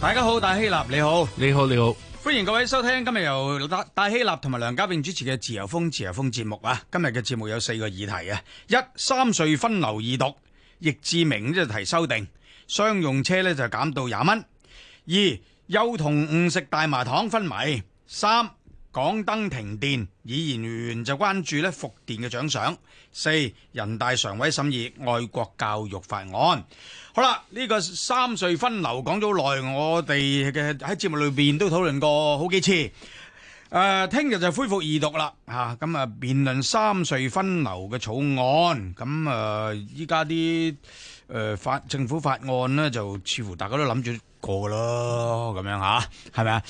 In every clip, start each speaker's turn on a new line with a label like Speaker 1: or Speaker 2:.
Speaker 1: 大家好，戴希立你好，
Speaker 2: 你好，你 好。
Speaker 1: 歡迎各位收聽今日由戴戴希立同埋梁家永主持嘅自由風自由風節目啊！今日嘅節目有四個議題啊：一三隧分流二讀，易志明呢就提修訂，商用車呢就減到廿蚊；二幼童誤食大麻糖昏迷；三港燈停電，議員就關注呢復電嘅獎賞；四人大常委審議愛國教育法案。好啦，呢、個三隧分流講咗好耐，我哋嘅喺節目裏邊都討論過好幾次。誒、聽日就恢復二讀啦，嚇咁啊，辯論三隧分流嘅草案。咁啊，依家啲誒法政府法案呢，就似乎大家都諗住過咯，咁樣嚇，係咪啊？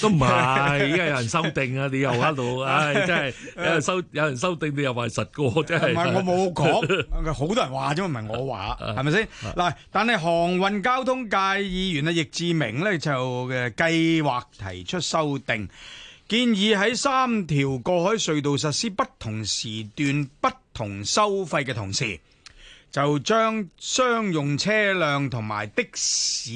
Speaker 2: 都唔係，依家有人修訂啊！你又喺度， 唉，真係有人修有人修訂，你又話實過， 真係。
Speaker 1: 唔係我冇講，好多人話啫，唔係我話，係咪先？嗱，但係航運交通界議員啊，易志明呢，就嘅計劃提出修訂，建議喺三條過海隧道實施不同時段不同收費嘅同時，就將商用車輛同埋的士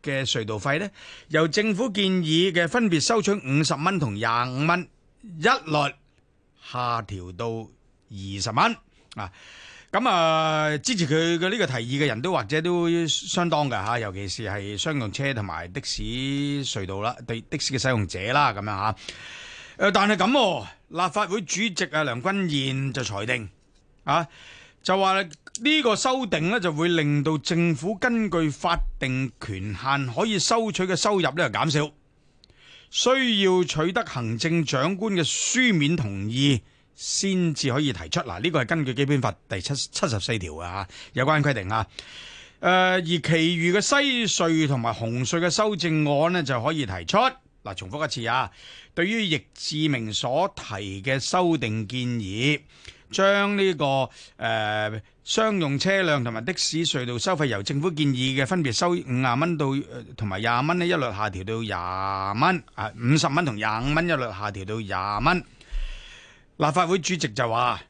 Speaker 1: 嘅隧道費呢，由政府建議嘅分別收取五十蚊同廿五蚊，一律下調到二十蚊啊！咁啊，支持佢嘅呢個提議嘅人都或者都相當嘅嚇，尤其是係商用車同埋的士隧道啦，的的士嘅使用者啦咁樣嚇。誒，但係咁喎，立法會主席啊梁君彥就裁定啊，就話呢個修訂呢，就會令到政府根據法定權限可以收取嘅收入呢，就減少。需要取得行政長官嘅書面同意先至可以提出。嗱，呢個係根據基本法第七七十四條啊有關規定啊。誒、而其餘嘅西隧同埋紅隧嘅修正案呢，就可以提出。嗱，重複一次啊，對於易志明所提嘅修訂建議。將呢、個誒、呃商用車輛同埋的士隧道收費由政府建議嘅分別收五廿蚊到呃同埋廿蚊呢，一律下調到廿蚊，啊五十蚊同廿五蚊一律下調到廿蚊。立法會主席就話。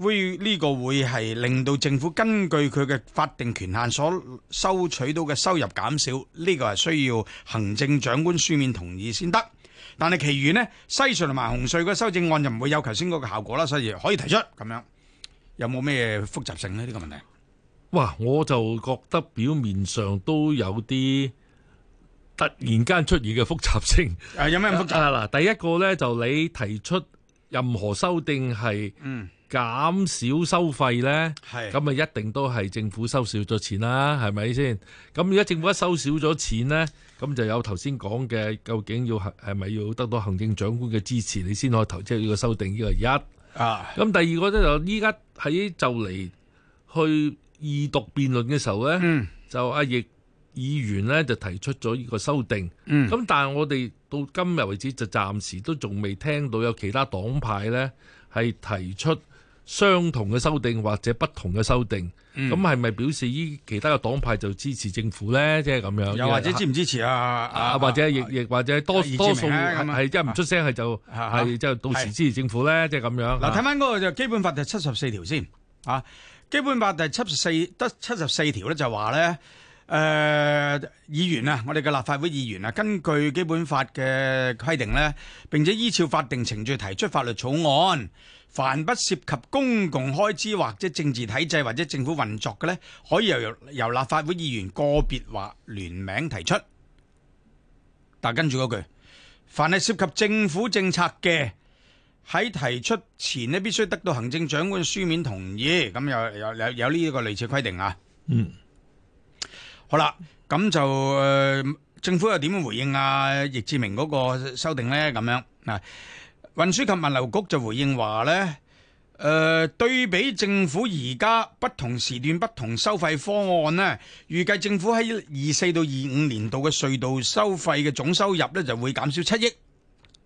Speaker 1: 會呢個會係令到政府根據佢嘅法定權限所收取到嘅收入減少，呢個係需要行政長官書面同意先得。但係其餘呢，西隧同埋紅隧嘅修正案就唔會有頭先嗰個效果啦，所以可以提出咁樣。有冇咩複雜性呢？呢個問題
Speaker 2: 哇！我就覺得表面上都有啲突然間出現嘅複 雜性。
Speaker 1: 誒有咩咁複雜？
Speaker 2: 啊嗱，第一個咧就你提出任何修訂係
Speaker 1: 嗯，
Speaker 2: 減少收費咧，
Speaker 1: 係
Speaker 2: 咁啊一定都係政府收少咗錢啦，係咪先？咁而家政府一收少咗錢咧，咁就有頭先講嘅，究竟要係係咪要得到行政長官嘅支持，你先可以投即係呢個修訂呢個一。
Speaker 1: 啊，
Speaker 2: 咁第二個咧就依家喺就嚟去二讀辯論嘅時候咧，
Speaker 1: 嗯
Speaker 2: 就阿易議員咧就提出咗呢個修訂。
Speaker 1: 嗯，
Speaker 2: 咁但係我哋到今日為止就暫時都仲未聽到有其他黨派呢係提出相同嘅修訂或者不同嘅修訂。
Speaker 1: 嗯
Speaker 2: 咁係咪表示依其他嘅黨派就支持政府呢？即係咁樣。
Speaker 1: 又或者支唔支持啊？啊
Speaker 2: 啊，或者亦亦或者多
Speaker 1: 易志明
Speaker 2: 多數
Speaker 1: 咧
Speaker 2: 係
Speaker 1: 咁啊
Speaker 2: 係即係唔出聲係就
Speaker 1: 啊啊
Speaker 2: 係即係到時
Speaker 1: 係
Speaker 2: 支持政府呢？即係咁啊樣。
Speaker 1: 嗱，睇翻嗰個就基本法第七十四條先啊。基本法第七十四得七十四條咧就話咧，誒、議員啊，我哋嘅立法會議員啊，根據基本法嘅規定咧，並且依照法定程序提出法律草案，凡不涉及公共開支或者政治體制或者政府運作嘅咧，可以由由立法會議員個別或聯名提出。但跟住嗰句，凡係涉及政府政策嘅。喺提出前咧，必須得到行政長官書面同意，咁有有有有呢一個類似規定啊。
Speaker 2: 嗯，
Speaker 1: 好啦，咁就誒、呃政府又點樣回應啊？易志明嗰個修訂呢？咁樣嗱，運輸及物流局就回應話呢，誒、對比政府而家不同時段不同收費方案呢，預計政府喺二四到二五年度嘅隧道收費嘅總收入呢，就會減少七億。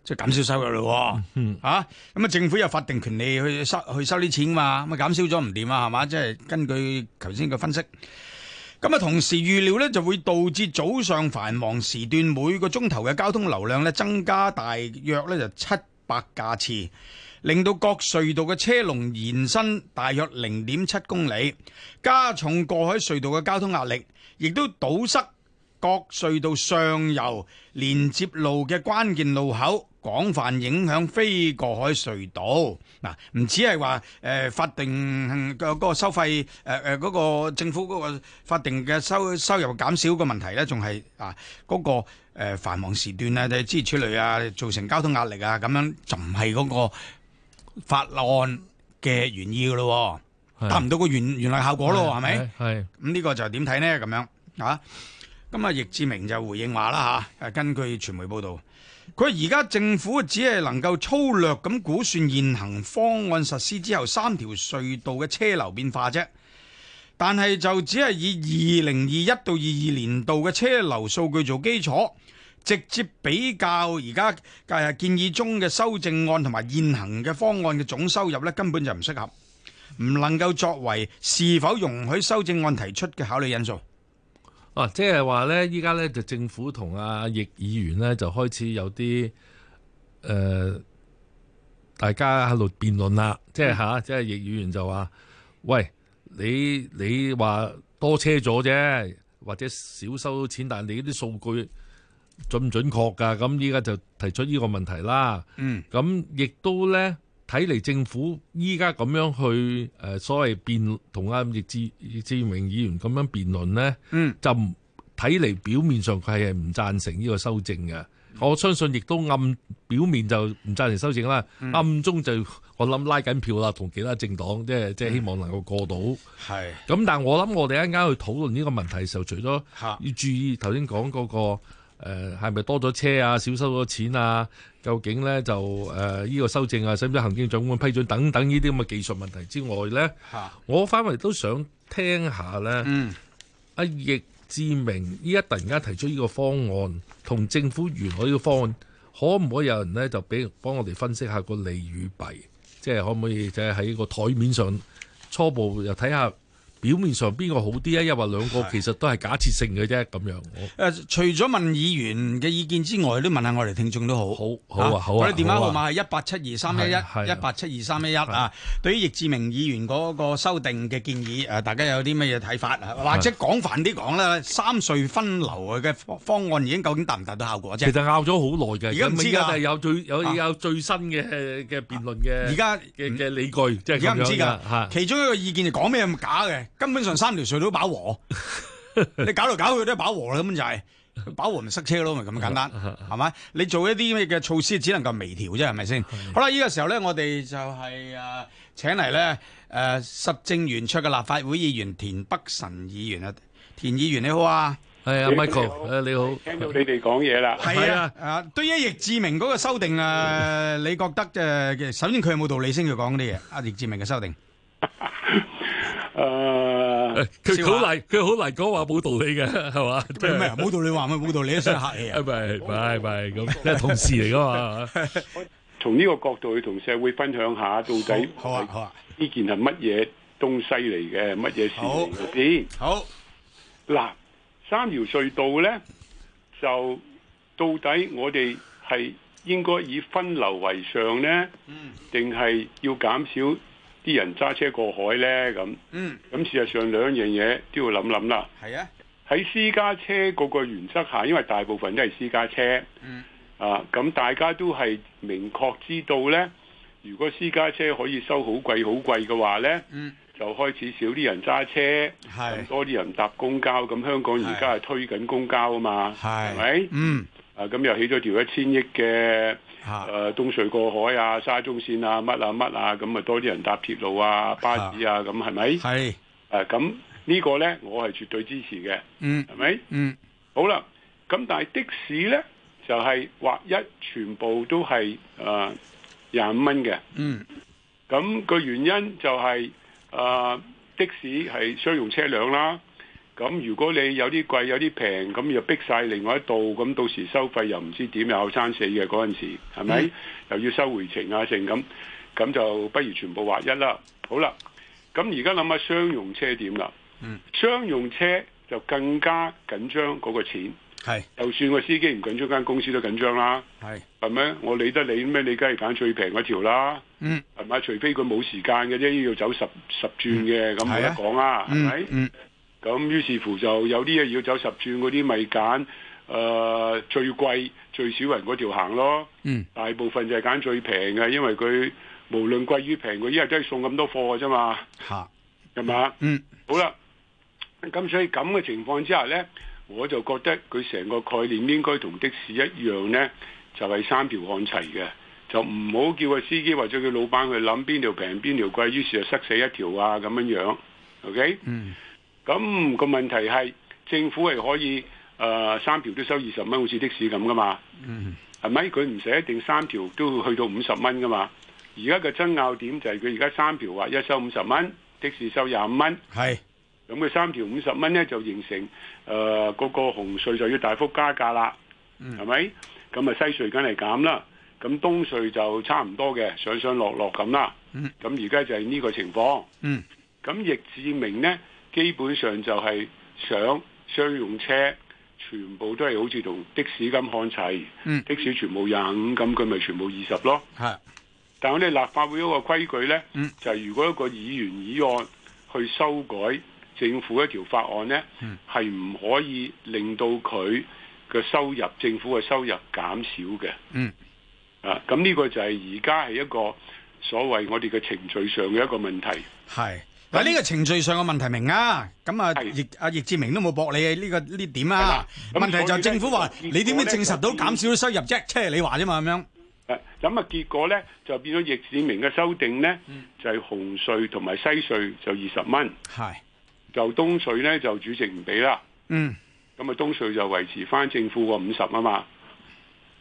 Speaker 1: 即係減少收入咯喎，嚇咁啊！政府有法定權利去收去收啲錢嘛，咁啊減少咗唔掂啊，係嘛？即係根據頭先嘅分析，咁啊同時預料呢就會導致早上繁忙時段每個鐘頭嘅交通流量呢增加大約呢就七百架次，令到各隧道嘅車龍延伸大約零點七公里，加重過海隧道嘅交通壓力，亦都堵塞各隧道上游連接路嘅關鍵路口，廣泛影響非過海隧道。嗱，唔止係話誒法定嘅嗰個收費誒誒嗰個政府嗰個法定嘅收收入減少嘅問題咧，仲係啊嗰個。誒繁忙時段啊，諸如此類啊，造成交通壓力啊，咁樣就唔係嗰個法案嘅原意噶咯，
Speaker 2: 係
Speaker 1: 達唔到個原原來效果咯，係咪？
Speaker 2: 係
Speaker 1: 咁呢個就點睇呢？咁樣啊？咁啊，易志明就回應話啦嚇，誒、根據傳媒報道，佢話而家政府只係能夠粗略咁估算現行方案實施之後三條隧道嘅車流變化啫，但係就只係以二零二一到二二年度嘅車流數據做基礎。直接比較而家誒建議中嘅修正案同埋現行嘅方案嘅總收入呢，根本就唔適合。唔能夠作為是否容許修正案提出嘅考慮因素。
Speaker 2: 啊，即係話呢，依家呢，就政府同阿易議員呢，就開始有啲誒、呃大家喺度辯論啦。即係吓，即係易議員就話：，喂，你你話多車咗啫，或者少收錢，但係你啲數據準唔準確㗎？咁依家就提出呢個問題啦。
Speaker 1: 嗯，
Speaker 2: 咁亦都呢，睇嚟政府依家咁樣去誒、呃所謂辯同阿易志易志明議員咁樣辯論呢，
Speaker 1: 嗯
Speaker 2: 就唔睇嚟表面上佢係唔贊成呢個修正嘅。我相信亦都暗表面就唔贊成修正啦，暗中就我諗拉緊票啦，同其他政黨即係即係希望能夠過到。咁
Speaker 1: 係
Speaker 2: 但係我諗我哋一陣間去討論呢個問題嘅時候，除咗
Speaker 1: 嚇，
Speaker 2: 要注意頭先講嗰個誒係咪多咗車啊，少收咗錢啊？究竟呢就誒呢、個修正啊，使唔使行政長官批准等等呢啲咁嘅技術問題之外呢，
Speaker 1: 嚇，
Speaker 2: 我反為都想聽下呢。
Speaker 1: 嗯
Speaker 2: 阿易志明依家突然間提出呢個方案，同政府原來呢個方案，可唔可以有人呢？就俾幫我哋分析下個利與弊？即係可唔可以即係喺個台面上初步又睇下表面上邊個好啲啊？又或兩個
Speaker 1: 係
Speaker 2: 其實都係假設性嘅啫，咁樣我
Speaker 1: 誒、除咗問議員嘅意見之外，都問下我哋聽眾都好。
Speaker 2: 好好啊，好啊，
Speaker 1: 我哋電話
Speaker 2: 好
Speaker 1: 號
Speaker 2: 啊
Speaker 1: 碼係一八七二三一
Speaker 2: 係係
Speaker 1: 一一八七二三一一啊。對於易志明議員嗰個修訂嘅建議，誒、啊大家有啲乜嘢睇法啊？或者廣泛啲講啦，三隧分流嘅方方案已經究竟達唔達到效果
Speaker 2: 其
Speaker 1: 啫？
Speaker 2: 實拗咗好耐嘅，
Speaker 1: 而家唔知㗎
Speaker 2: 咁就係有最有
Speaker 1: 啊
Speaker 2: 有最新嘅嘅辯論嘅
Speaker 1: 而家
Speaker 2: 嘅嘅理據，即係
Speaker 1: 而家唔
Speaker 2: 咁
Speaker 1: 知
Speaker 2: 樣㗎
Speaker 1: 㗎，
Speaker 2: 嚇。
Speaker 1: 其中一個意見就講咩咁假嘅，根本上三條隧道都飽和，你搞嚟搞去都係飽和啦，根本就係、飽和咪塞車咯，咪咁簡單，係咪？你做一啲咩嘅措施，只能夠微調啫，係咪先？好啦，呢、個時候咧，我哋就係、呃請嚟咧誒實政圓桌嘅立法會議員田北辰議員啊，田議員你好啊，
Speaker 2: 係啊，Michael，誒你好，
Speaker 3: 聽到你哋講嘢啦，
Speaker 2: 係啊
Speaker 1: 啊，對於易志明嗰個修訂啊，你覺得誒、嘅首先佢有冇道理先？佢講嗰啲嘢，阿易志明嘅修 訂。
Speaker 3: 誒，呃
Speaker 2: 誒佢佢好難佢好難講話冇道理嘅，係嘛？即
Speaker 1: 咩
Speaker 2: 係
Speaker 1: 啊？冇道理話咪冇道理，想嚇你啊
Speaker 2: 係？咪係咪係咁？即係同事嚟㗎嘛？係嘛
Speaker 3: 從呢個角度去同社會分享下，到底
Speaker 1: 好啊，好啊，
Speaker 3: 呢件係乜嘢東西嚟嘅，乜嘢事嚟嘅
Speaker 1: 好，
Speaker 3: 先？嗱，三條隧道呢，就到底我哋係應該以分流為上呢，
Speaker 1: 嗯
Speaker 3: 定係要減少啲人揸車過海呢？咁
Speaker 1: 嗯，
Speaker 3: 咁事實上兩樣嘢都要諗諗啦。
Speaker 1: 係啊，
Speaker 3: 喺私家車嗰個原則下，因為大部分都係私家車，
Speaker 1: 嗯
Speaker 3: 啊，咁大家都係明確知道呢，如果私家車可以收好貴好貴嘅話呢，
Speaker 1: 嗯，
Speaker 3: 就開始少啲人揸車，
Speaker 1: 係
Speaker 3: 咁多啲人搭公交。咁香港而家係推緊公交啊嘛，係
Speaker 1: 係，
Speaker 3: 咪？
Speaker 1: 嗯，
Speaker 3: 啊，咁又起咗條一千億嘅
Speaker 1: 嚇，
Speaker 3: 誒東隧過海啊、沙中線啊、乜啊乜啊，咁啊多啲人搭鐵路啊、巴士啊，咁係咪？
Speaker 1: 係，
Speaker 3: 誒，咁呢個呢，我係絕對支持嘅，
Speaker 1: 嗯
Speaker 3: 係咪？
Speaker 1: 嗯，
Speaker 3: 好啦，咁但係的士呢，就係、劃一全部都係誒廿五蚊嘅。
Speaker 1: 嗯，
Speaker 3: 咁、個原因就係、呃的士係商用車輛啦。咁如果你有啲貴有啲平，咁又逼晒另外一度，咁到時收費又唔知點，又後生死嘅嗰陣時，係咪、又要收回程啊剩咁，咁就不如全部劃一啦。好啦，咁而家諗下商用車點啦。
Speaker 1: 嗯
Speaker 3: 商用車就更加緊張嗰個錢。
Speaker 1: 係
Speaker 3: 就算個司機唔緊張，間公司都緊張啦，
Speaker 1: 係，
Speaker 3: 係咪？我理得你咩？你梗係揀最平嗰條啦，
Speaker 1: 嗯
Speaker 3: 係咪？除非佢冇時間嘅啫，要走十十轉嘅，咁冇
Speaker 1: 係
Speaker 3: 得
Speaker 1: 啊
Speaker 3: 講啦，係
Speaker 1: 嗯
Speaker 3: 咪？
Speaker 1: 嗯
Speaker 3: 咁於是乎就有啲嘢要走十轉嗰啲咪揀誒最貴最少人嗰條行咯。
Speaker 1: 嗯，
Speaker 3: 大部分就係揀最平嘅，因為佢無論貴與平，佢一日都係送咁多貨嘅啫嘛，
Speaker 1: 吓，
Speaker 3: 係嘛？
Speaker 1: 嗯，
Speaker 3: 好啦，咁所以咁嘅情況之下呢，我就覺得佢成個概念應該同的士一樣呢，就係、三條看齊嘅，就唔好叫個司機或者佢老闆去諗邊條平邊條貴，於是就塞死一條啊咁樣樣。OK，
Speaker 1: 嗯，
Speaker 3: 咁個問題係政府係可以誒、呃三條都收二十蚊，好似的士咁噶嘛？
Speaker 1: 嗯，
Speaker 3: 係咪？佢唔使一定三條都去到五十蚊噶嘛？而家嘅爭拗點就係佢而家三條話一收五十蚊，的士收廿五蚊。
Speaker 1: 係，
Speaker 3: 咁佢三條五十蚊咧就形成呃誒嗰、個紅隧就要大幅加價啦，
Speaker 1: 嗯
Speaker 3: 係咪、咁啊西隧梗係減啦，咁東隧就差唔多嘅，上上落落咁啦。
Speaker 1: 嗯
Speaker 3: 咁而家就係呢個情況。
Speaker 1: 嗯，
Speaker 3: 咁易志明呢，基本上就係想商用車全部都係好似同的士咁看齊，
Speaker 1: 嗯
Speaker 3: 的士全部廿五，咁佢咪全部二十咯。
Speaker 1: 係，
Speaker 3: 但我哋立法會嗰個規矩呢，
Speaker 1: 嗯
Speaker 3: 就係如果一個議員議案去修改政府一條法案呢
Speaker 1: 嗯，
Speaker 3: 係唔、可以令到佢嘅收入，政府嘅收入減少嘅。
Speaker 1: 嗯，
Speaker 3: 啊，咁呢個就係而家係一個所謂我哋嘅程序上嘅一個問題。
Speaker 1: 係。嗱，呢個程序上嘅問題明啊，咁啊，
Speaker 3: 係
Speaker 1: 易阿易志明都冇駁你呢個呢點
Speaker 3: 係
Speaker 1: 啊
Speaker 3: 啦。咁
Speaker 1: à. 問題就
Speaker 3: 所以呢
Speaker 1: 政府話
Speaker 3: 結果呢
Speaker 1: 你點樣證實到
Speaker 3: 就
Speaker 1: 減少咗收入啫？即係你話啫嘛，咁樣。
Speaker 3: 誒咁啊，結果呢，就變咗易志明嘅修訂呢，
Speaker 1: 嗯
Speaker 3: 就係、紅税同埋西税就二十蚊，
Speaker 1: 係，
Speaker 3: 就東税呢，就主席唔俾啦。
Speaker 1: 嗯，
Speaker 3: 咁啊，東隧就維持翻政府個五十啊嘛，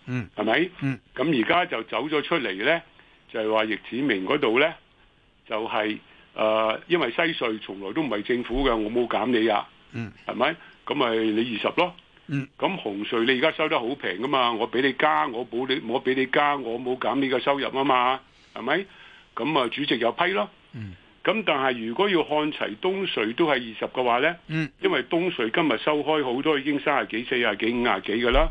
Speaker 1: 嗯，
Speaker 3: 係咪？
Speaker 1: 嗯，
Speaker 3: 咁而家就走咗出嚟呢，就係話易子明嗰度呢，就係、呃因為西隧從來都唔係政府嘅，我冇減你啊，
Speaker 1: 嗯，
Speaker 3: 係咪？咁咪你二十咯，
Speaker 1: 嗯，
Speaker 3: 咁紅隧你而家收得好平噶嘛，我俾你加，我保你，我俾你加，我冇減你嘅收入啊嘛，係咪？咁啊，主席又批咯，
Speaker 1: 嗯，
Speaker 3: 咁但係如果要看齊東隧都係二十嘅話呢。因為東隧今日收開好多已經三十幾、四十幾、五十幾㗎啦，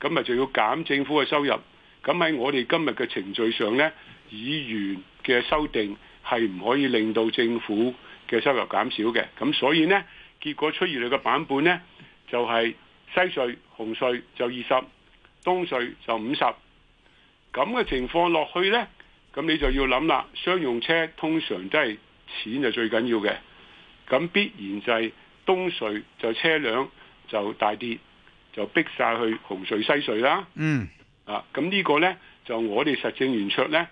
Speaker 3: 咁咪就要減政府嘅收入。咁喺我哋今日嘅程序上呢，議員嘅修訂係唔可以令到政府嘅收入減少嘅。咁所以呢，結果出現嚟嘅版本呢，就係、西隧、紅隧就二十，東隧就五十。咁嘅情況落去呢，咁你就要諗啦。商用車通常都係錢就最緊要嘅，咁必然就係、東隧就車輛就大跌，就逼晒去紅隧西隧啦。
Speaker 1: 嗯，
Speaker 3: 啊，咁呢個呢，就我哋實政圓桌呢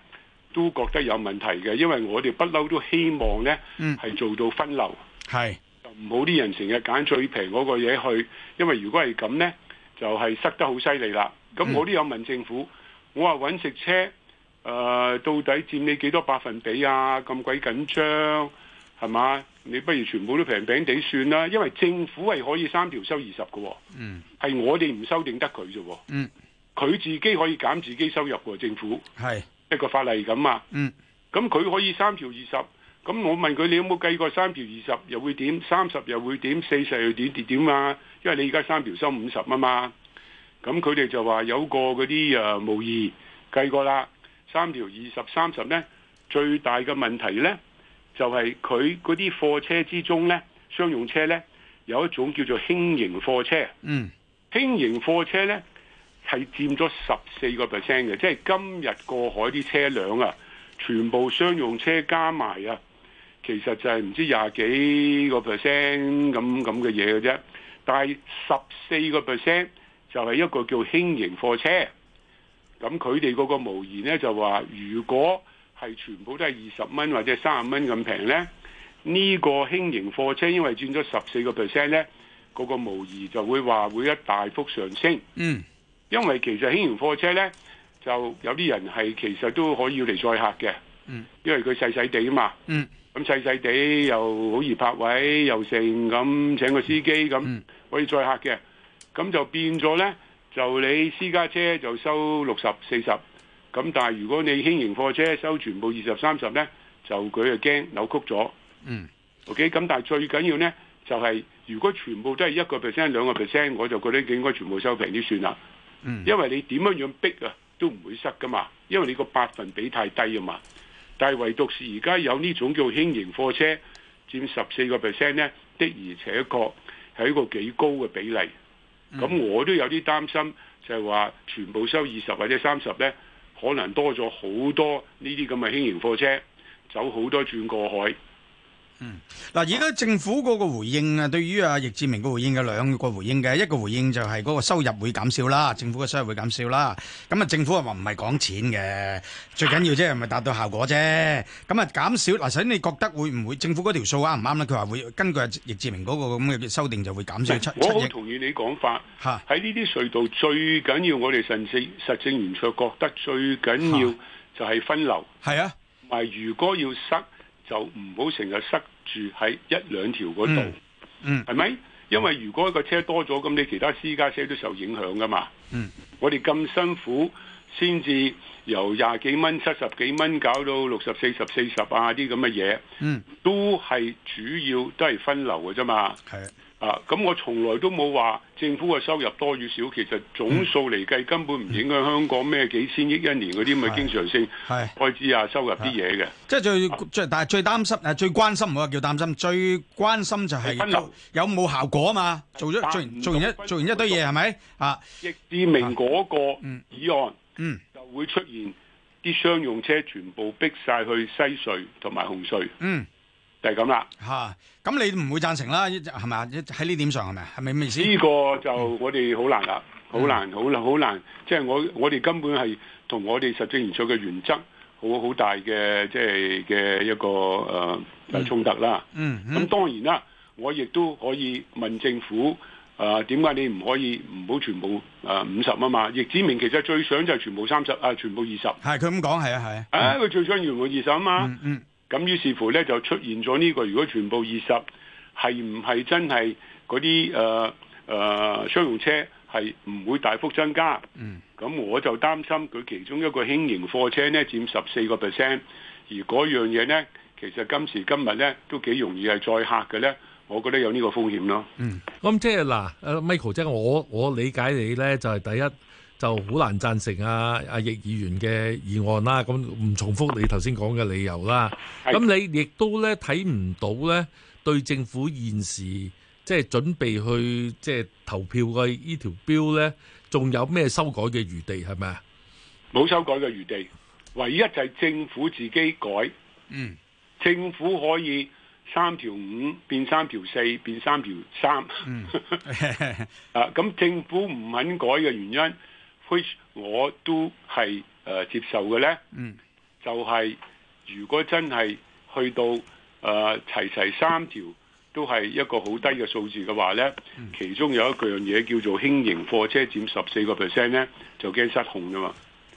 Speaker 3: 都覺得有問題嘅，因為我哋不嬲都希望呢
Speaker 1: 嗯
Speaker 3: 係做到分流，
Speaker 1: 係，
Speaker 3: 就唔好啲人成日揀最平嗰個嘢去，因為如果係咁呢，就係、塞得好犀利啦。咁我都有問政府，我話揾食車誒、呃到底佔你幾多百分比啊？咁鬼緊張係嘛？你不如全部都平平地算啦，因為政府係可以三條收二十嘅喎，
Speaker 1: 嗯，
Speaker 3: 係我哋唔修訂得佢啫喎，
Speaker 1: 嗯，
Speaker 3: 佢自己可以減自己收入喎，政府
Speaker 1: 係，
Speaker 3: 一個法例咁啊，
Speaker 1: 嗯，
Speaker 3: 咁佢可以三條二十，咁我問佢你有冇計過三條二十又會點，三十又會點，四十又點點點啊？因為你而家三條收五十啊嘛，咁佢哋就話有個嗰啲誒模擬計過啦，三條二十三十呢，最大嘅問題呢，就係佢嗰啲貨車之中呢，商用車呢，有一種叫做輕型貨車。
Speaker 1: 嗯，
Speaker 3: 輕型貨車呢係佔咗十四個 percent 嘅，即係今日過海啲車輛啊，全部商用車加埋啊，其實就係唔知廿幾個 percent 咁咁嘅嘢嘅啫。但係十四個 percent 就係一個叫輕型貨車，咁佢哋嗰個模擬呢，就話，如果係全部都係二十蚊或者三十蚊咁平呢，呢、個輕型貨車因為佔咗十四個 percent 呢。嗰個無疑就會話會一大幅上升，
Speaker 1: 嗯，
Speaker 3: 因為其實輕型貨車呢，就有啲人係其實都可以嚟載客嘅，
Speaker 1: 嗯，
Speaker 3: 因為佢細細地啊嘛，
Speaker 1: 嗯，
Speaker 3: 咁細細地又好易泊位又剩咁請個司機咁
Speaker 1: 嗯
Speaker 3: 可以載客嘅，咁就變咗呢，就你私家車就收六十四十，咁但係如果你輕型貨車收全部二十三十呢，就佢就驚扭曲咗。
Speaker 1: 嗯，
Speaker 3: OK，咁但係最緊要呢，就係、如果全部都係一個 percent、兩個 percent，我就覺得應該全部收平啲算啦。
Speaker 1: 嗯
Speaker 3: 因為你點樣樣逼啊，都唔會塞噶嘛，因為你個百分比太低啊嘛。但係唯獨是而家有呢種叫輕型貨車佔十四個 percent 呢，的的而且確係一個幾高嘅比例。咁我都有啲擔心，就係話全部收二十或者三十呢，可能多咗好多呢啲咁嘅輕型貨車走好多轉過海。
Speaker 1: 嗱，而家政府嗰個回應啊，對於啊易志明個回應嘅兩個回應嘅，一個回應就係嗰個收入會減少啦，政府嘅收入會減少啦。咁啊，政府啊話唔係講錢嘅，最緊要即係咪達到效果啫。咁啊減少嗱，首先你覺得會唔會政府嗰條數啱唔啱咧？佢話會根據啊易志明嗰個咁嘅修訂就會減少七
Speaker 3: 我好
Speaker 1: 七億
Speaker 3: 同意你講法。
Speaker 1: 嚇。
Speaker 3: 喺呢啲隧道最緊要，我哋神政實政圓桌覺得最緊
Speaker 1: 啊
Speaker 3: 要就係分流，
Speaker 1: 係啊，
Speaker 3: 同埋如果要塞就唔好成日塞住喺一兩條嗰度，
Speaker 1: 嗯
Speaker 3: 係咪、因為如果一個車多咗，咁你其他私家車都受影響噶嘛。
Speaker 1: 嗯，
Speaker 3: 我哋咁辛苦先至由廿幾蚊、七十幾蚊搞到六十四、十四十啊啲咁嘅嘢，
Speaker 1: 嗯，
Speaker 3: 都係主要都係分流嘅啫嘛。
Speaker 1: 係啊
Speaker 3: 啊，咁我從來都冇話政府嘅收入多與少，其實
Speaker 1: 嗯
Speaker 3: 總數嚟計根本唔影響香港咩幾千億一年嗰啲咪經常性
Speaker 1: 係。
Speaker 3: 開支啊、收入啲嘢嘅。
Speaker 1: 即係最最，但係最擔心啊誒，最關心唔好話叫擔心，最關心就係
Speaker 3: 分流
Speaker 1: 有冇效果啊嘛？做咗做完做完一做完一堆嘢係咪啊？
Speaker 3: 易志明嗰個
Speaker 1: 嗯
Speaker 3: 議案
Speaker 1: 嗯
Speaker 3: 就會出現啲商用車全部逼晒去西隧同埋紅隧，
Speaker 1: 嗯
Speaker 3: 就係咁啦。
Speaker 1: 嚇，咁你唔會贊成啦，係咪啊？喺呢點上係咪？係咪咩意思？
Speaker 3: 呢個就
Speaker 1: 嗯
Speaker 3: 我哋好難啦，好難，好難，好難。即係我我哋根本係同我哋實政研究嘅原則好好大嘅，即係嘅一個誒、呃衝突啦。
Speaker 1: 嗯
Speaker 3: 咁當然啦，我亦都可以問政府誒點解你唔可以唔好全部誒五十啊嘛？易志明其實最想就係全部三十啊，全部二十。
Speaker 1: 係佢咁講係啊係啊。
Speaker 3: 啊，佢最想全部二十啊嘛。
Speaker 1: 嗯嗯
Speaker 3: 咁於是乎咧就出現咗呢、個，如果全部二十係唔係真係嗰啲誒誒商用車係唔會大幅增加？
Speaker 1: 嗯，
Speaker 3: 咁我就擔心佢其中一個輕型貨車咧佔十四個 percent，而嗰樣嘢咧其實今時今日咧都幾容易係載客嘅咧，我覺得有呢個風險咯。
Speaker 2: 咁即係嗱，誒 ờ, Michael 即係我我理解你呢，就係、第一就好難贊成啊阿易議員嘅議案啦，咁唔重複你頭先講嘅理由啦。
Speaker 3: 係
Speaker 2: 咁你亦都呢睇唔到呢對政府現時即係準備去即係投票嘅呢條標呢，仲有咩修改嘅餘地係咪啊？
Speaker 3: 冇修改嘅餘地，唯一就係政府自己改。
Speaker 1: 嗯，
Speaker 3: 政府可以三條五變三條四變三條三。
Speaker 1: 嗯
Speaker 3: 啊，咁政府唔肯改嘅原因，which 我都係誒、呃接受嘅呢，
Speaker 1: 嗯，
Speaker 3: 就係、如果真係去到誒、呃、齊齊三條都係一個好低嘅數字嘅話呢，其中有一樣嘢叫做輕型貨車佔十四個 percent 呢，就驚失控啫嘛。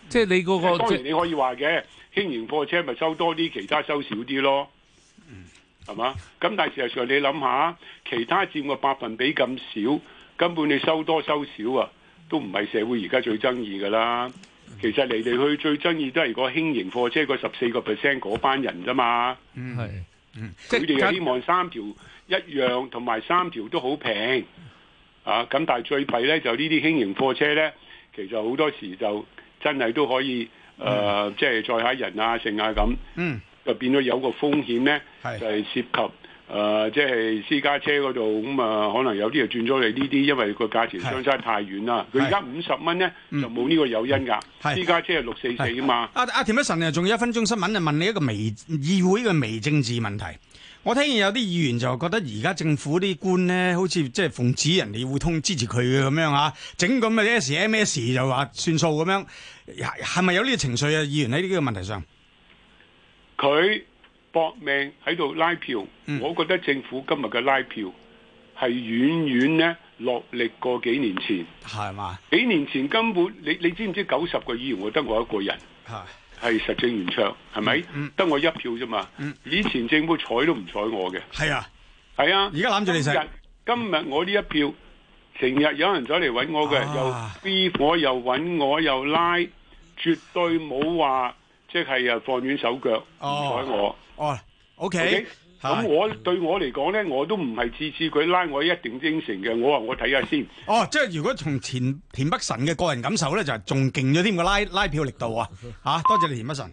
Speaker 2: 即係你嗰、個
Speaker 3: 當
Speaker 2: 即
Speaker 3: 然你可以話嘅，輕型貨車咪收多啲，其他收少啲咯，係嘛？咁但係事實上你諗下，其他佔嘅百分比咁少，根本你收多收少啊，都唔係社會而家最爭議㗎啦。其實嚟嚟去最爭議都係個輕型貨車嗰十四個 percent 嗰班人啫嘛，
Speaker 2: 係即
Speaker 3: 嗯佢哋又希
Speaker 2: 係
Speaker 3: 望三條一樣，同埋三條都好平啊！咁但係最弊呢，就呢啲輕型貨車呢，其實好多時就真係都可以誒，即係載下人啊、剩啊咁，
Speaker 1: 嗯
Speaker 3: 就變咗有個風險呢，
Speaker 1: 係
Speaker 3: 就係涉及。誒、即係私家車嗰度咁啊，可能有啲就轉咗嚟呢啲，因為個價錢相差太遠啦。佢而家五十蚊呢，就冇呢個誘因㗎。
Speaker 1: 嗯係
Speaker 3: 私家車係六四四啊嘛。
Speaker 1: 阿阿田北辰啊，仲有一分鐘新聞啊，問你一個微議會嘅微政治問題。我聽見有啲議員就覺得而家政府啲官咧，好似即係奉旨人哋會通支持佢嘅咁樣啊，整咁嘅 SMS 就話算數咁樣，係係咪有呢個情緒啊？議員喺呢個問題上，
Speaker 3: 佢搏命喺度拉票，
Speaker 1: 嗯
Speaker 3: 我覺得政府今日嘅拉票係遠遠咧落力過幾年前。
Speaker 1: 係嘛
Speaker 3: 幾年前根本你你知唔知九十個議員我得我一個人
Speaker 1: 嚇？
Speaker 3: 係實政圓桌係咪？
Speaker 1: 嗯
Speaker 3: 得我一票啫嘛。以前政府睬都唔睬我嘅，
Speaker 1: 係啊，
Speaker 3: 係啊。
Speaker 1: 而家攬住你食
Speaker 3: 今日今日我呢一票，成日有人走嚟揾我嘅，
Speaker 1: 啊
Speaker 3: 又 b 我又揾我又拉，絕對冇話即係啊放軟手腳唔
Speaker 1: 哦
Speaker 3: 睬我。
Speaker 1: 哦，OK，
Speaker 3: OK，咁
Speaker 1: 係
Speaker 3: 我對我嚟講呢，我都唔係次次佢拉我一定應承嘅，我話我睇下先。
Speaker 1: 哦，即係如果從田田北辰嘅個人感受咧，就係仲勁咗添個拉拉票力度啊！嚇，多謝你田北辰。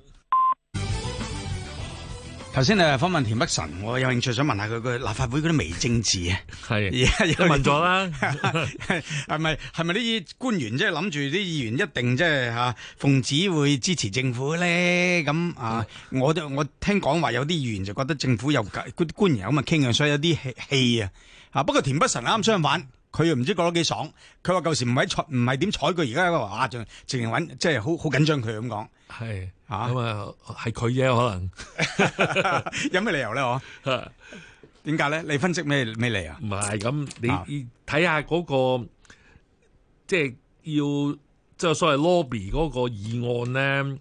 Speaker 1: 頭先你話訪問田北辰，我有興趣想問下佢個立法會嗰啲微政治啊，
Speaker 2: 係
Speaker 1: 而家有
Speaker 2: 都問啊咗啦，
Speaker 1: 係咪係咪啲官員即係諗住啲議員一定即係嚇奉旨會支持政府咧？咁啊，
Speaker 2: 嗯
Speaker 1: 我都我聽講話有啲議員就覺得政府有嗰啲官員有咁嘅傾向，所以有啲氣氣啊。啊，不過田北辰啱相反，佢又唔知覺得幾爽。佢話舊時唔係睬唔係點睬佢，而家話啊，仲直情揾即係好好緊張佢咁講。
Speaker 2: 係
Speaker 1: 嚇
Speaker 2: 咁啊，係佢嘢可能。
Speaker 1: 有咩理由咧？我點解咧？你分析咩咩理由？
Speaker 2: 唔係咁，
Speaker 1: 啊
Speaker 2: 你睇下嗰個即係要即係所謂 lobby 嗰個議案咧，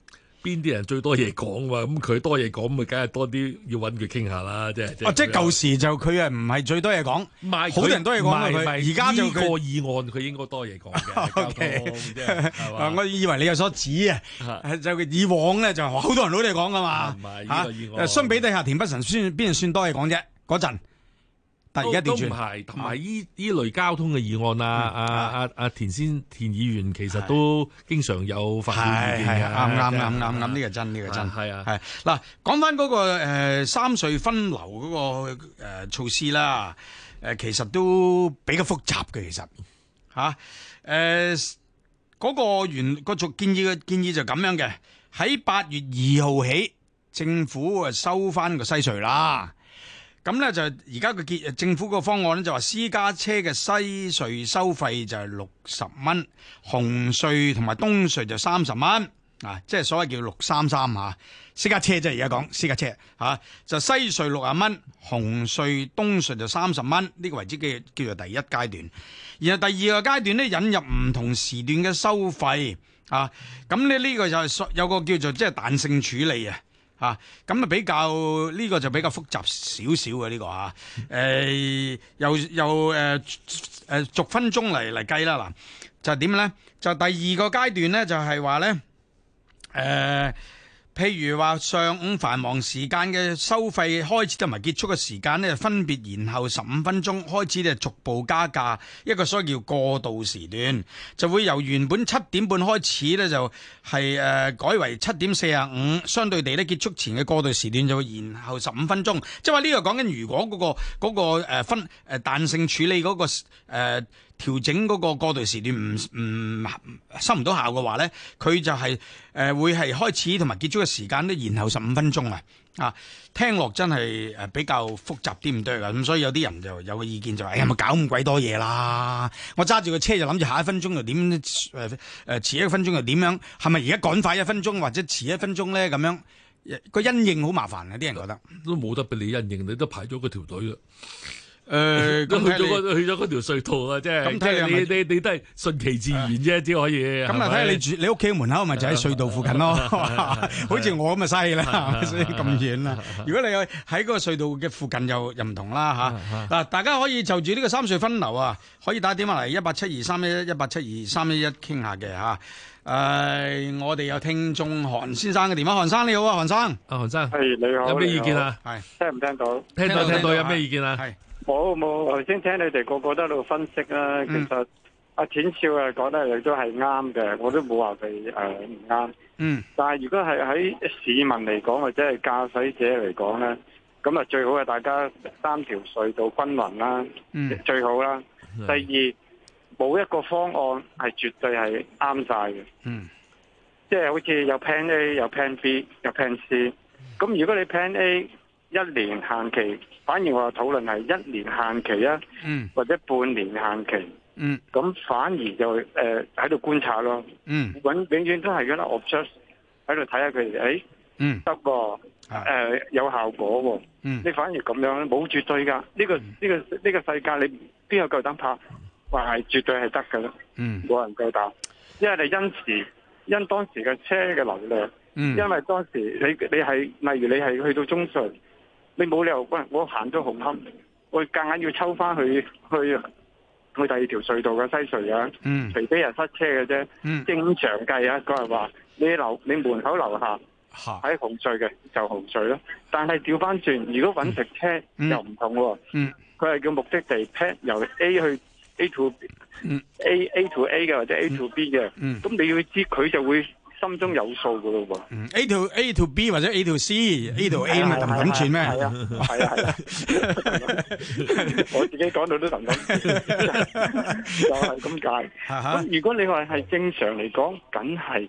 Speaker 2: 邊啲人最多嘢講喎？咁佢多嘢講，咪梗係多啲要揾佢傾下啦，即係
Speaker 1: 哦，即係舊時就佢啊，唔係最多嘢講，
Speaker 2: 唔係佢
Speaker 1: 好多人多嘢講啊
Speaker 2: 唔係
Speaker 1: 佢
Speaker 2: 唔係
Speaker 1: 而家就
Speaker 2: 呢個
Speaker 1: 佢
Speaker 2: 議案，佢應該多嘢講嘅 交
Speaker 1: OK
Speaker 2: 通即係係
Speaker 1: 啊
Speaker 2: 嘛
Speaker 1: 我以為你有所指啊。
Speaker 2: 嚇
Speaker 1: 係就以往咧就好多人攞嚟講噶嘛，
Speaker 2: 啊唔係
Speaker 1: 嚇
Speaker 2: 呢個意外
Speaker 1: 誒相比底下田北辰算邊人算多嘢講啫？嗰陣，但係而家
Speaker 2: 都
Speaker 1: 調
Speaker 2: 都唔
Speaker 1: 轉，
Speaker 2: 係，同埋依依類交通嘅議案啊，啊啊啊田先田議員其實
Speaker 1: 係
Speaker 2: 都經常有發表意
Speaker 1: 係
Speaker 2: 見
Speaker 1: 係
Speaker 2: 嘅，
Speaker 1: 啱啱
Speaker 2: 即係
Speaker 1: 啱啱啱，呢個真呢個真
Speaker 2: 係啊
Speaker 1: 係嗱，講翻嗰個誒三隧分流嗰個誒措施啦，誒其實都比較複雜嘅，其實嚇誒嗰個原個做建議嘅建議就咁樣嘅，喺八月二號起，政府啊收翻個西隧啦。咁咧就而家個結政府個方案咧就話私家車嘅西隧收費就係六十蚊，紅隧同埋東隧就三十蚊啊，即係所謂叫六三三嚇。私家車即係而家講私家車嚇、啊就西隧六啊蚊，紅隧東隧就三十蚊，呢、個為之叫叫做第一階段。然後第二個階段咧引入唔同時段嘅收費啊，咁咧呢個就係所有個叫做即係彈性處理啊。啊，咁啊比較呢、個就比較複雜少少嘅呢個啊，誒、又又誒誒逐分鐘嚟嚟計啦嗱，就係點咧？就第二個階段咧，就係話咧誒，譬如話上午繁忙時間嘅收費開始同埋結束嘅時間咧，分別延後十五分鐘開始咧逐步加價，一個所謂叫過渡時段，就會由原本七點半開始咧就係、誒、改為七點四啊五，相對地咧結束前嘅過渡時段就會延後十五分鐘，即係話呢個講緊如果嗰、個嗰、個、誒分誒彈性處理嗰、個呃誒。調整嗰個過渡時段唔唔收唔到效嘅話咧，佢就呃係、誒、會係開始同埋結束嘅時間咧延後十五分鐘啊！啊，聽落真係誒比較複雜啲唔對㗎，咁所以有啲人就有個意見就話：哎呀，咪搞咁鬼多嘢啦！我揸住個車就諗住下一分鐘又點誒誒遲一分鐘又點樣？係咪而家趕快一分鐘或者遲一分鐘咧？咁樣誒個因應好麻煩啊！啲人覺得
Speaker 2: 都冇得俾你因應，你都排咗嗰條隊啦，
Speaker 1: 誒
Speaker 2: 呃都去咗嗰去咗嗰條隧道啦，即係
Speaker 1: 咁
Speaker 2: 即
Speaker 1: 睇
Speaker 2: 係
Speaker 1: 你係
Speaker 2: 你你你都係順其自然啫，只可以
Speaker 1: 咁啊，睇
Speaker 2: 係咪
Speaker 1: 下你住你屋企門口咪就喺隧道附近 咯， 好似我咁啊犀利啦，係咪所以咁遠啦。如果你喺嗰個隧道嘅附近又又唔同啦
Speaker 2: 嗯
Speaker 1: 嚇。嗱，大家可以就住呢個三隧分流啊，可以打電話嚟一八七二三一一一八七二三一一傾下嘅嚇。誒，我哋有聽眾韓先生嘅電話，韓生你好啊，韓生，
Speaker 2: 阿韓生
Speaker 4: 係你好，
Speaker 2: 有咩
Speaker 4: 你
Speaker 2: 意
Speaker 4: 好
Speaker 2: 見？啊？
Speaker 1: 係
Speaker 4: 聽唔聽到？
Speaker 2: 聽
Speaker 1: 聽
Speaker 2: 到
Speaker 1: 到
Speaker 2: 聽到有
Speaker 1: 係
Speaker 2: 咩意見啊？
Speaker 1: 係
Speaker 4: 冇冇，頭先聽你哋個個都喺度分析啦。其
Speaker 1: 嗯
Speaker 4: 實阿展少啊講得亦都係啱嘅，我都冇話佢誒唔啱。
Speaker 1: 嗯
Speaker 4: 但係如果係喺市民嚟講，或者係駕駛者嚟講咧，咁啊最好係大家三條隧道均勻啦，
Speaker 1: 嗯
Speaker 4: 最好啦。
Speaker 2: 嗯
Speaker 4: 第二冇一個方案係絕對係啱晒嘅。
Speaker 1: 嗯
Speaker 4: 即係好似有 Plan A、有 Plan B、有 Plan C。咁如果你 Plan A 一年限期，反而我討論係一年限期啊，
Speaker 1: 嗯
Speaker 4: 或者半年限期，
Speaker 1: 嗯
Speaker 4: 咁反而就誒喺度觀察咯，
Speaker 1: 嗯
Speaker 4: 永永遠都係嗰啲 observe 喺度睇下佢哋，誒
Speaker 1: 嗯
Speaker 4: 得喎，誒、
Speaker 1: 係
Speaker 4: 有效果喎、
Speaker 1: 嗯
Speaker 4: 你反而咁樣冇絕對㗎，呢、個呢、個呢、個世界你邊有夠膽拍話係絕對係得㗎啦？
Speaker 1: 嗯
Speaker 4: 冇人夠膽，因為你因時因當時嘅車嘅流量。
Speaker 1: 嗯
Speaker 4: 因為當時你你係例如你係去到中隧，你冇理由喂我行咗紅磡，我夾硬要抽翻去去去第二條隧道嘅西隧啊，
Speaker 1: 嗯
Speaker 4: 除非係塞車嘅啫。
Speaker 1: 嗯
Speaker 4: 正常計啊，佢係話你樓你門口樓
Speaker 1: 啊
Speaker 4: 下
Speaker 1: 嚇
Speaker 4: 喺紅隧嘅就紅隧咯。但係調翻轉，如果揾食車
Speaker 1: 嗯
Speaker 4: 又唔同喎，
Speaker 1: 嗯
Speaker 4: 佢係叫目的地 p 由 A 去 A to
Speaker 1: 嗯
Speaker 4: A A to A 嘅或者 A to B 嘅，
Speaker 1: 嗯
Speaker 4: 咁你要知佢就會
Speaker 5: 心中有數噶咯喎。
Speaker 1: 嗯 A to A to B 或者 A to C，A to A 咪氹
Speaker 5: 啊
Speaker 1: 氹轉
Speaker 5: 係
Speaker 1: 咩？
Speaker 5: 啊，係啊，係啊，我自己講到都氹氹 轉，就係咁解。
Speaker 1: 嚇嚇
Speaker 5: 咁如果你話係正常嚟講，梗係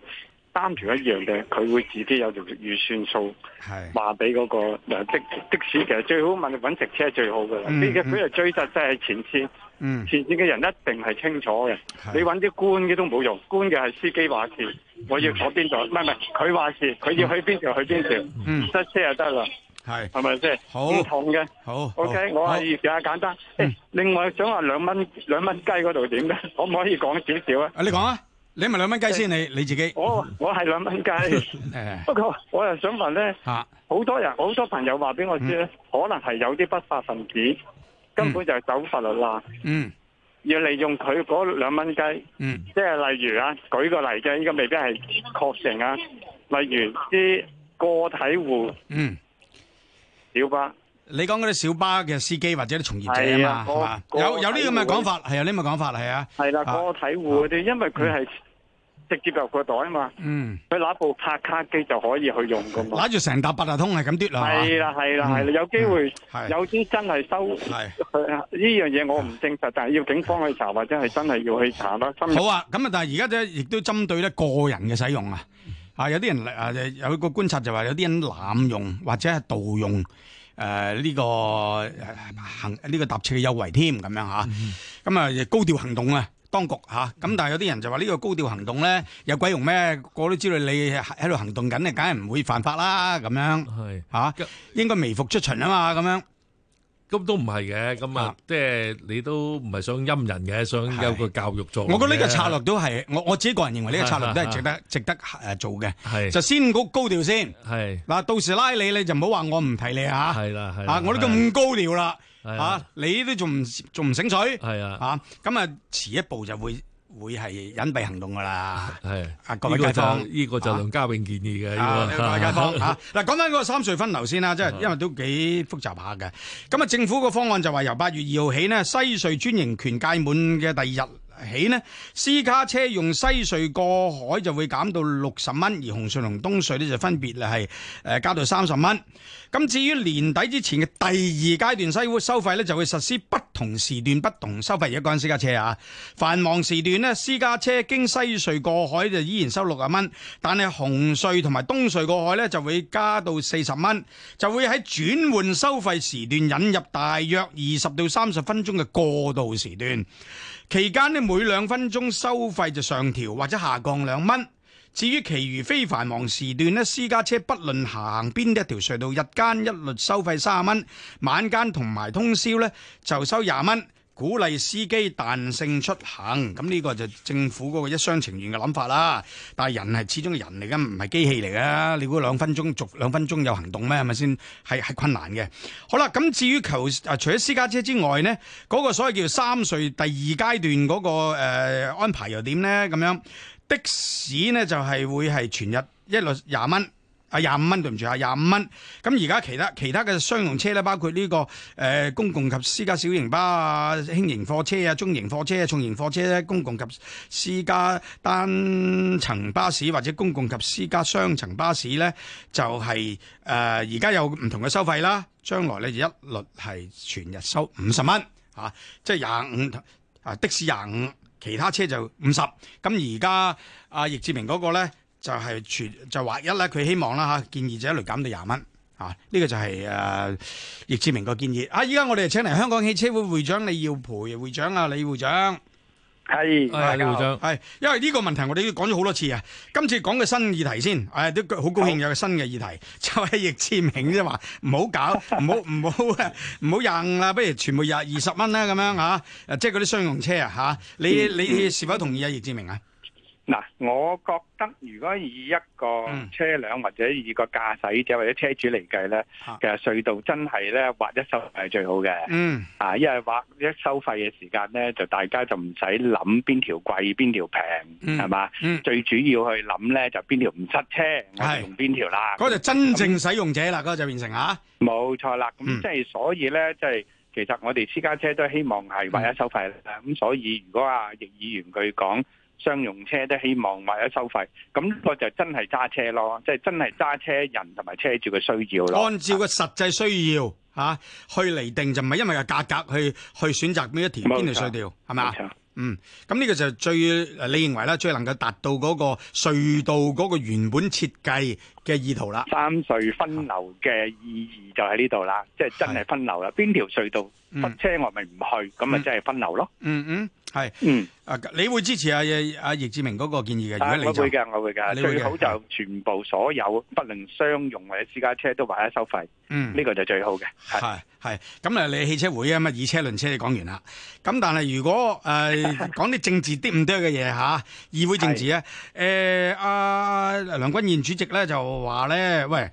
Speaker 5: 擔住一樣嘅，佢會自己有條預算數
Speaker 1: 係
Speaker 5: 話俾嗰個呃的的士，其實最好問你揾食車最好噶啦。
Speaker 1: 嗯
Speaker 5: 呢個
Speaker 1: 嗯
Speaker 5: 佢係追實即係前線，
Speaker 1: 嗯
Speaker 5: 前線嘅人一定係清楚嘅。
Speaker 1: 係
Speaker 5: 你揾啲官嘅都冇用，官嘅係司機話事，我
Speaker 1: 嗯
Speaker 5: 要坐邊度，唔係唔係佢話事，佢要去邊就去邊度，
Speaker 1: 嗯
Speaker 5: 塞車就得啦，
Speaker 1: 係
Speaker 5: 係咪先？
Speaker 1: 好
Speaker 5: 唔同嘅。
Speaker 1: 好好
Speaker 5: OK，我
Speaker 1: 好
Speaker 5: 係比較簡單。
Speaker 1: 嗯
Speaker 5: 誒，另外想話兩蚊兩蚊雞嗰度點咧？ 可唔可以講少少啊？
Speaker 1: 啊你講啊，你咪兩蚊雞先，你你自己
Speaker 5: 我我係兩蚊 雞，
Speaker 1: 誒
Speaker 5: 不過我又想問咧，
Speaker 1: 嚇
Speaker 5: 好多人好多朋友話俾我知咧，
Speaker 1: 嗯
Speaker 5: 可能係有啲不法分子根本就係走法律罅，
Speaker 1: 嗯
Speaker 5: 要利用佢嗰兩蚊雞，
Speaker 1: 嗯
Speaker 5: 即係例如啊，舉個例啫，依家未必係確定啊。例如啲個體戶
Speaker 1: 嗯，
Speaker 5: 小巴，
Speaker 1: 你講嗰啲小巴嘅司機或者啲從業者
Speaker 5: 係啊
Speaker 1: 啊嘛，係嘛？
Speaker 5: 個
Speaker 1: 有
Speaker 5: 個
Speaker 1: 有啲咁嘅
Speaker 5: 體會
Speaker 1: 講法，係有啲咁嘅講法係啊，
Speaker 5: 係啦，
Speaker 1: 啊
Speaker 5: 個體戶嗰啲，因為佢係直接入個袋啊嘛。
Speaker 1: 嗯，
Speaker 5: 佢攞部拍卡機就可以去用噶嘛。
Speaker 1: 揦住成沓八達通係咁嘟啦，
Speaker 5: 係啦係
Speaker 1: 嗯
Speaker 5: 啦係啦，有機會
Speaker 1: 係
Speaker 5: 有啲真係 收
Speaker 1: 係嘛。係
Speaker 5: 佢呢樣嘢，我唔證實，但係要警方去查，或者係真係要去查啦。深入
Speaker 1: 好啊，咁啊，但係而家咧，亦都針對咧個人嘅使用啊，啊，有啲人啊，有個觀察就話有啲人濫用或者係盜用誒呢、個呃行呢、個搭車嘅優惠添咁樣嚇，咁啊亦高調行動啊。當局嚇，咁、但係有啲人就話呢個高調行動咧有鬼用咩？個個都知道你喺度行動緊，你梗係唔會犯法啦咁樣
Speaker 2: 係
Speaker 1: 嚇、應該微服出巡啊嘛咁樣。
Speaker 2: 咁都唔係嘅，咁
Speaker 1: 啊
Speaker 2: 啊，即係你都唔係想陰人嘅，想有個教育作用
Speaker 1: 我覺
Speaker 2: 嘅。
Speaker 1: 得呢個策略都係我我自己個人認為呢個策略都係值得值得誒做嘅，就
Speaker 2: 係
Speaker 1: 先高高調先。
Speaker 2: 係
Speaker 1: 嗱，到時拉你你就唔好話我唔提你啊！
Speaker 2: 係啦係啦
Speaker 1: 啊，我都咁高調啦，
Speaker 2: 係
Speaker 1: 啊
Speaker 2: 啊，
Speaker 1: 你都仲唔仲唔醒水
Speaker 2: 係啊
Speaker 1: 啊？咁啊，遲一步就會會係隱蔽行動噶啦。
Speaker 2: 係
Speaker 1: 啊各位
Speaker 2: 呢個
Speaker 1: 街坊
Speaker 2: 就呢個就梁家永建議嘅
Speaker 1: 啊，
Speaker 2: 呢
Speaker 1: 各位
Speaker 2: 個
Speaker 1: 街坊啊，嗱，講翻嗰個三隧分流先啦，即係因為都幾複雜下嘅。咁啊，政府個方案就話由八月二號起呢，西隧專營權屆滿嘅第二日。起呢，私家車用西隧過海就會減到六十蚊，而紅隧同東隧呢就分別係誒加到三十蚊。咁至於年底之前嘅第二階段西收費呢，就會實施不同時段不同收費。而家講緊私家車啊，繁忙時段呢，私家車經西隧過海就依然收六十蚊，但係紅隧同埋東隧過海呢，就會加到四十蚊，就會喺轉換收費時段引入大約二十到三十分鐘嘅過渡時段。期間呢，每兩分鐘收費就上調或者下降兩蚊。至於其餘非繁忙時段呢，私家車不論行邊一條隧道，日間一律收費三十蚊，晚間同埋通宵呢就收廿蚊。鼓勵司機彈性出行，咁呢個就政府嗰個一廂情願嘅諗法啦。但係人係始終係人嚟噶，唔係機器嚟噶。你估兩分鐘續兩分鐘有行動咩？係咪先？係係困難嘅。好啦，咁至於求啊，除咗私家車之外呢，嗰、個所謂叫三隧第二階段嗰、個、呃、安排又點呢？咁樣的士呢，就係、會係全日一律廿蚊。啊廿五蚊對唔住啊廿五蚊，咁而家其他其他嘅商用車咧，包括呢、個呃公共及私家小型巴啊、輕型貨車啊、中型貨車啊、重型貨車咧、公共及私家單層巴士或者公共及私家雙層巴士咧，就係誒呃而家有唔同嘅收費啦，將來咧就一律係全日收五十蚊嚇，即係廿五啊的士廿五，其他車就五十。咁而家阿易志明嗰個咧就係、全就劃一啦，佢希望啦嚇，建議就一律減到廿蚊。啊！呢、個就係、誒易志明個建議。啊！依家我哋請嚟香港汽車會會長李耀培會長啊，李會長。
Speaker 5: 係
Speaker 2: 係李會長
Speaker 1: 係，因為呢個問題我哋都講咗好多次啊。今次講嘅新議題先，誒都好高興有個新嘅議題， 就係易志明啫話唔好搞，唔 好唔好誒唔好廿五啦，不如全部廿二十蚊啦咁樣嚇，誒即係嗰啲商用車啊嚇。你
Speaker 4: 嗯
Speaker 1: 你是否同意啊，易志明啊？
Speaker 4: 嗱，我覺得如果以一個
Speaker 1: 嗯
Speaker 4: 車輛或者以個駕駛者或者車主嚟計咧
Speaker 1: 啊，
Speaker 4: 其實隧道真係咧劃一收費係最好嘅，
Speaker 1: 嗯
Speaker 4: 啊，因為劃一收費嘅時間咧，就大家就唔使諗邊條貴邊條
Speaker 1: 嗯
Speaker 4: 平，係嘛？
Speaker 1: 嗯，
Speaker 4: 最主要去諗咧就邊條唔塞車，我
Speaker 1: 係
Speaker 4: 就用邊條啦。
Speaker 1: 嗰就真正使用者啦，嗰就變成嚇。
Speaker 4: 冇錯啦，咁
Speaker 1: 嗯
Speaker 4: 即係所以咧，即係其
Speaker 1: 嗯
Speaker 4: 實我哋私家車都希望係劃一收費啦。咁所以如果啊易議員佢講商用車都希望或者收費，咁呢個就真係揸車咯，即係真係揸車人同埋車主嘅需要咯。
Speaker 1: 按照個實際需要嚇、啊去嚟定，就唔係因為個價格去去選擇邊一條
Speaker 4: 冇
Speaker 1: 邊條
Speaker 4: 錯
Speaker 1: 隧道係咪啊
Speaker 4: 冇？錯
Speaker 1: 嗯，咁呢個就最你認為啦，最能夠達到嗰個隧道嗰個原本設計嘅意圖啦。
Speaker 4: 三隧分流嘅意義就喺呢度啦，即係真係分流啦。邊條隧道
Speaker 1: 嗯
Speaker 4: 塞車我咪唔去，咁咪
Speaker 1: 嗯
Speaker 4: 真係分流咯。
Speaker 1: 嗯嗯，係
Speaker 4: 嗯，
Speaker 1: 啊，你會支持阿阿易志明嗰個建議嘅？
Speaker 4: 啊
Speaker 1: 如
Speaker 4: 我
Speaker 1: 果
Speaker 4: 會
Speaker 1: 你就
Speaker 4: 嘅，我會嘅。
Speaker 1: 你會嘅
Speaker 4: 最好就全部所有，不論商用或者私家車都或者收費，
Speaker 1: 嗯
Speaker 4: 呢個就最好嘅。係
Speaker 1: 係係咁啊，你汽車會啊嘛，以車論車你講完啦。咁但係如果 誒講啲政治啲唔多嘅嘢嚇，議會政治咧，誒阿梁君彥主席咧就話咧，喂，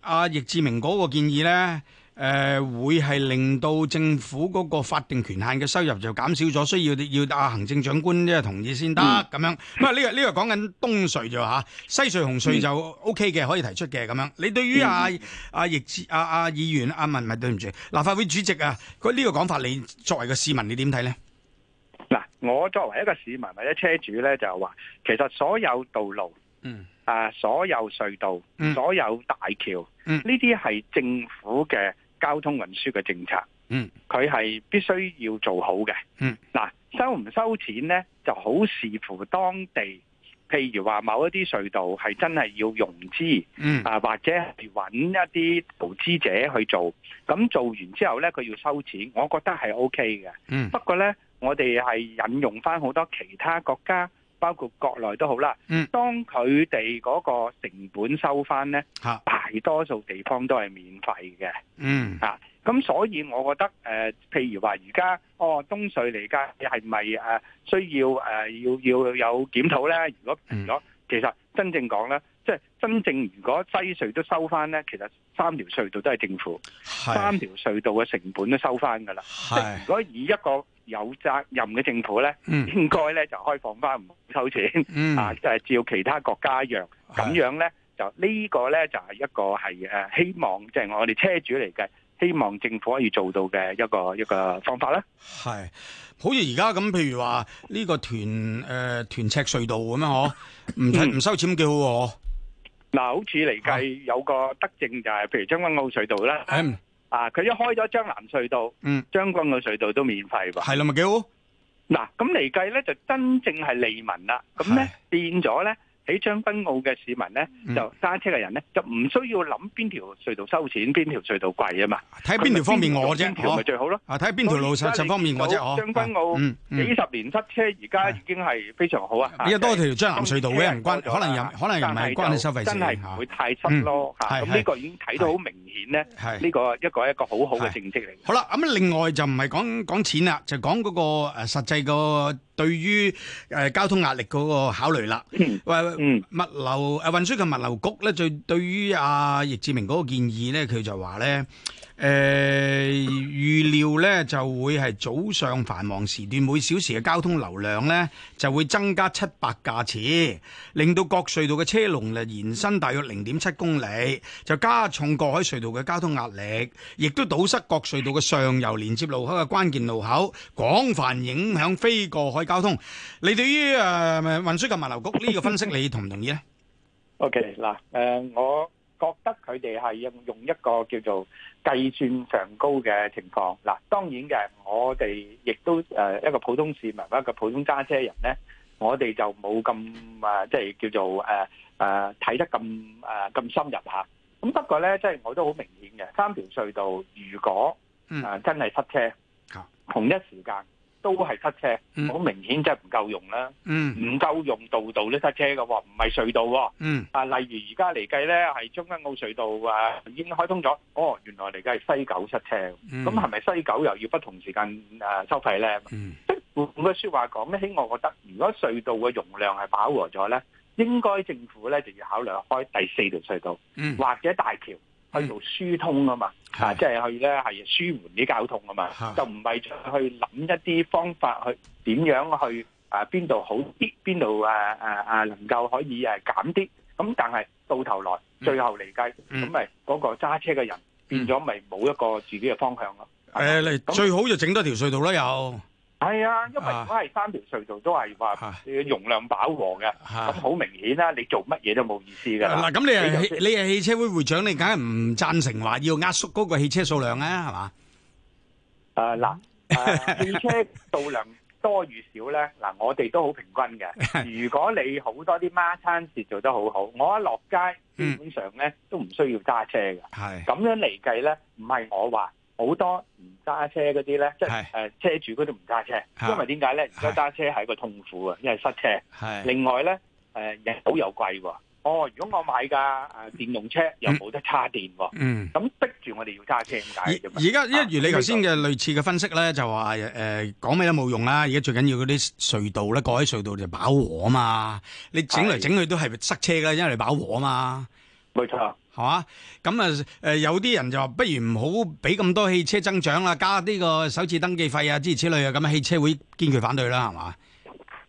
Speaker 1: 阿易志明嗰個建議咧。誒、會係呃令到政府嗰個法定權限嘅收入就減少咗，需要要啊行政長官即係同意先得咁樣。咁啊呢個呢、個講緊東隧啫嚇，西隧紅隧就 O K 嘅，可以提出嘅咁樣。你對於阿阿易志阿阿議員阿文唔係對唔住，立法會主席啊，佢呢個講法你作為個市民你點睇咧？
Speaker 4: 嗱，我作為一個市民或者車主咧，就係話其實所有道路、
Speaker 1: 嗯
Speaker 4: 啊所有隧道、
Speaker 1: 嗯
Speaker 4: 所有大橋，
Speaker 1: 嗯
Speaker 4: 呢啲係政府嘅交通運輸嘅政策，
Speaker 1: 嗯，
Speaker 4: 佢係必須要做好嘅。
Speaker 1: 嗯，
Speaker 4: 嗱，收唔收錢咧，就好視乎當地，譬如話某一啲隧道係真係要融資。
Speaker 1: 嗯
Speaker 4: 啊，或者係揾一啲投資者去做，咁做完之後呢，佢要收錢，我覺得係 O K 嘅。
Speaker 1: 嗯
Speaker 4: 不過呢，我哋係引用翻好多其他國家，包括國內都好啦。
Speaker 1: 嗯
Speaker 4: 當佢哋嗰個成本收翻呢，
Speaker 1: 嚇
Speaker 4: 大多數地方都係免費嘅。
Speaker 1: 嗯
Speaker 4: 咁所以我覺得誒、呃譬如話而家哦東隧嚟㗎，係咪誒需要誒、呃要要有檢討咧？如果
Speaker 1: 嗯
Speaker 4: 如果其實真正講咧，即係真正如果西隧都收翻咧，其實三條隧道都係政府，
Speaker 1: 係
Speaker 4: 三條隧道嘅成本都收翻㗎啦。即係如
Speaker 1: 係
Speaker 4: 果以一個有責任嘅政府咧，
Speaker 1: 嗯
Speaker 4: 應該咧就開放翻唔收錢、
Speaker 1: 嗯
Speaker 4: 啊，就係照其他國家一樣。咁樣咧，就呢個咧就係一個係呃誒希望，即係我哋車主嚟嘅，希望政府可以做到嘅一個一個方法啦。
Speaker 1: 係，好似而家咁，譬如話呢個屯 誒、呃、屯赤隧道咁樣嗬，唔
Speaker 4: 嗯
Speaker 1: 使唔收錢幾好喎，
Speaker 4: 嗱，好似嚟計有個德政就係，譬如將軍澳隧道啦，
Speaker 1: 嗯
Speaker 4: 啊，佢一開咗將南隧道，
Speaker 1: 嗯，
Speaker 4: 將軍澳隧道都免費喎。
Speaker 1: 係啦，咪幾
Speaker 4: 啊
Speaker 1: 好，
Speaker 4: 嗱，咁嚟計咧就真正係利民啦。咁咧
Speaker 1: 係
Speaker 4: 變咗咧喺將軍澳嘅市民咧，
Speaker 1: 嗯
Speaker 4: 就揸車嘅人咧，就唔需要諗邊條隧道收錢，邊條隧道貴啊嘛。
Speaker 1: 睇下邊條方便我啫
Speaker 4: 邊，條咪
Speaker 1: 嗬，
Speaker 4: 最好咯。
Speaker 1: 啊睇下邊條路實實方便我啫，嗬，
Speaker 4: 將軍澳
Speaker 1: 嗯嗯
Speaker 4: 幾十年塞車，而家已經係非常好啊！
Speaker 1: 而家多條將南隧道嘅人關，可能又可能又唔係關你收費事
Speaker 4: 真啊係唔會
Speaker 1: 嚇，
Speaker 4: 太塞咯
Speaker 1: 嗯
Speaker 4: 嚇。
Speaker 1: 係
Speaker 4: 咁呢個已經睇到好明顯咧，
Speaker 1: 係。
Speaker 4: 呢個一個一個好好嘅
Speaker 1: 係
Speaker 4: 政績嚟。
Speaker 1: 好啦，咁另外就唔係講講錢啦，就講嗰個誒實際個對於誒交通壓力嗰個考慮啦。
Speaker 4: 嗯
Speaker 1: 喂，
Speaker 4: 嗯
Speaker 1: 物流誒運輸及物流局咧，最對於阿易志明嗰個建議咧，佢就話咧誒預料咧就會係早上繁忙時段每小時嘅交通流量咧就會增加七百架次，令到各隧道嘅車龍咧延伸大約零點七公里，就加重過海隧道嘅交通壓力。亦都堵塞各隧道嘅上游連接路口嘅關鍵路口，廣泛影響非過海交通。你對於誒、呃、運輸及物流局呢個分析，你同唔同意咧？
Speaker 4: OK 嗱，誒，我覺得佢哋係用用一個叫做計算上高嘅情況。嗱，當然嘅，我哋亦都誒一個普通市民或者一個普通揸車人咧，我哋就冇咁誒，即係叫做誒誒睇得咁誒咁深入嚇。咁不過咧，即係我都好明顯嘅，三條隧道如果
Speaker 1: 嗯
Speaker 4: 誒真係塞車
Speaker 1: 啊，
Speaker 4: 同一時間都係塞
Speaker 1: 嗯
Speaker 4: 車，好明顯真係唔夠用啦，
Speaker 1: 嗯
Speaker 4: 唔夠用度度都塞車嘅喎，唔係隧道喎。
Speaker 1: 嗯
Speaker 4: 啊，例如而家嚟計咧，係將軍澳隧道啊已經開通咗，哦，原來嚟計係西九塞車，
Speaker 1: 嗯，
Speaker 4: 咁係咪西九又要不同時間誒收費咧？
Speaker 1: 嗯
Speaker 4: 即係換個説話講咧，喺我覺得，如果隧道嘅容量係飽和咗咧，應該政府咧就要考慮開第四條隧道
Speaker 1: 嗯
Speaker 4: 或者大橋去做疏通啊嘛。啊，
Speaker 1: 係
Speaker 4: 即係去咧係舒緩啲交通啊嘛
Speaker 1: 係，
Speaker 4: 就唔係再去諗一啲方法去點樣去啊邊度好啲，邊度啊啊啊能夠可以誒減啲，咁但係到頭來
Speaker 1: 嗯
Speaker 4: 最後嚟計，
Speaker 1: 嗯
Speaker 4: 咁咪嗰個揸車嘅人變咗咪冇一個自己嘅方向咯。
Speaker 1: 誒，你
Speaker 4: 咁
Speaker 1: 最好就整多條隧道啦，又
Speaker 4: 係啊，因為
Speaker 1: 啊
Speaker 4: 如果係三條隧道都係話
Speaker 1: 啊
Speaker 4: 容量飽和嘅，
Speaker 1: 啊
Speaker 4: 咁好明顯啦，你做乜嘢都冇意思㗎啦
Speaker 1: 嗱，。咁你係
Speaker 4: 你就
Speaker 1: 汽你係汽車會會長，你梗係唔贊成話要壓縮嗰個汽車數量啊，係嘛？
Speaker 4: 誒 呃嗱，誒汽車數量多與少咧，嗱我哋都好平 均嘅。如果你好多啲孖餐節做得好好，我一落街
Speaker 1: 嗯
Speaker 4: 基本上咧都唔需要揸車嘅。
Speaker 1: 係
Speaker 4: 咁樣嚟計咧，唔係我話好多唔揸車嗰啲咧，即係
Speaker 1: 係
Speaker 4: 誒車主嗰啲唔揸
Speaker 1: 嚇
Speaker 4: 車，因為點解咧？而家揸車係一個痛苦啊，因為塞車。
Speaker 1: 係
Speaker 4: 另外咧，誒人好又貴喎。哦，如果我買架呃誒電動車，又冇得叉電喎。
Speaker 1: 嗯。
Speaker 4: 咁逼住我哋要揸車咁
Speaker 1: 而
Speaker 4: 解啫嘛。
Speaker 1: 而家一如你頭先
Speaker 4: 啊
Speaker 1: 嘅類似嘅分析咧，就話誒講咩都冇用啦。而家最緊要嗰啲隧道咧，改喺隧道就飽和啊嘛。你整嚟
Speaker 4: 係
Speaker 1: 整去都係塞車啦，因為你飽和啊嘛，
Speaker 4: 冇錯。
Speaker 1: 係嘛？咁啊誒有啲人就話，不如唔好俾咁多汽車增長啦，加呢個首次登記費啊，諸如此類啊。咁啊汽車會堅決反對啦，係嘛？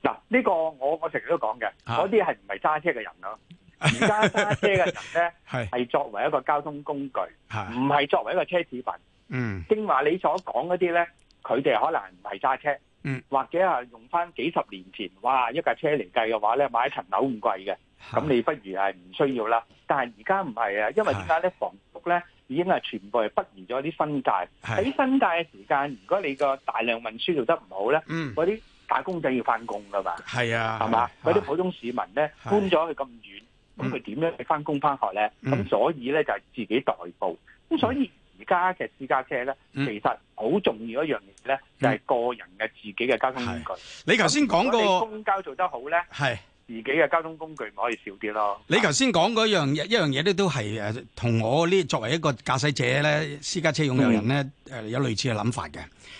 Speaker 4: 嗱，呢個我我成日都講嘅，
Speaker 1: 啊
Speaker 4: 嗰啲係唔係揸車嘅人咯？而家揸車嘅人咧，
Speaker 1: 係
Speaker 4: 係作為一個交通工具，
Speaker 1: 係
Speaker 4: 唔係作為一個奢侈品。
Speaker 1: 嗯
Speaker 4: 正話你所講嗰啲咧，佢哋可能唔係揸車，
Speaker 1: 嗯
Speaker 4: 或者係用翻幾十年前，哇，一架車嚟計嘅話咧，買一層樓咁貴
Speaker 1: 啊
Speaker 4: 嘅，咁你不如係唔需要啦。但係而家唔係啊，因為點解咧？房屋咧已經係全部係北移咗啲新界，喺
Speaker 1: 係
Speaker 4: 新界嘅時間，如果你個大量運輸做得唔好咧，
Speaker 1: 嗯
Speaker 4: 嗰啲打工仔要翻工噶嘛。
Speaker 1: 係啊
Speaker 4: 係嘛？嗰啲
Speaker 1: 啊
Speaker 4: 普通市民咧
Speaker 1: 係
Speaker 4: 搬咗去咁遠，
Speaker 1: 嗯
Speaker 4: 咁佢點樣去翻工翻學咧？咁、
Speaker 1: 嗯
Speaker 4: 所以咧就係、自己代步。咁所以而家嘅私家車咧，
Speaker 1: 嗯
Speaker 4: 其實好重要一樣嘢咧，就係、個人嘅自己嘅交通工具。
Speaker 1: 你頭先講
Speaker 4: 如果你
Speaker 1: 過
Speaker 4: 公交做得好咧，
Speaker 1: 係。
Speaker 4: 自己嘅交通工具咪可以少啲咯。
Speaker 1: 你頭先講嗰樣嘢，一樣嘢咧都係誒，同我呢作為一個駕駛者咧，私家車擁有人咧，誒有類似嘅諗法嘅。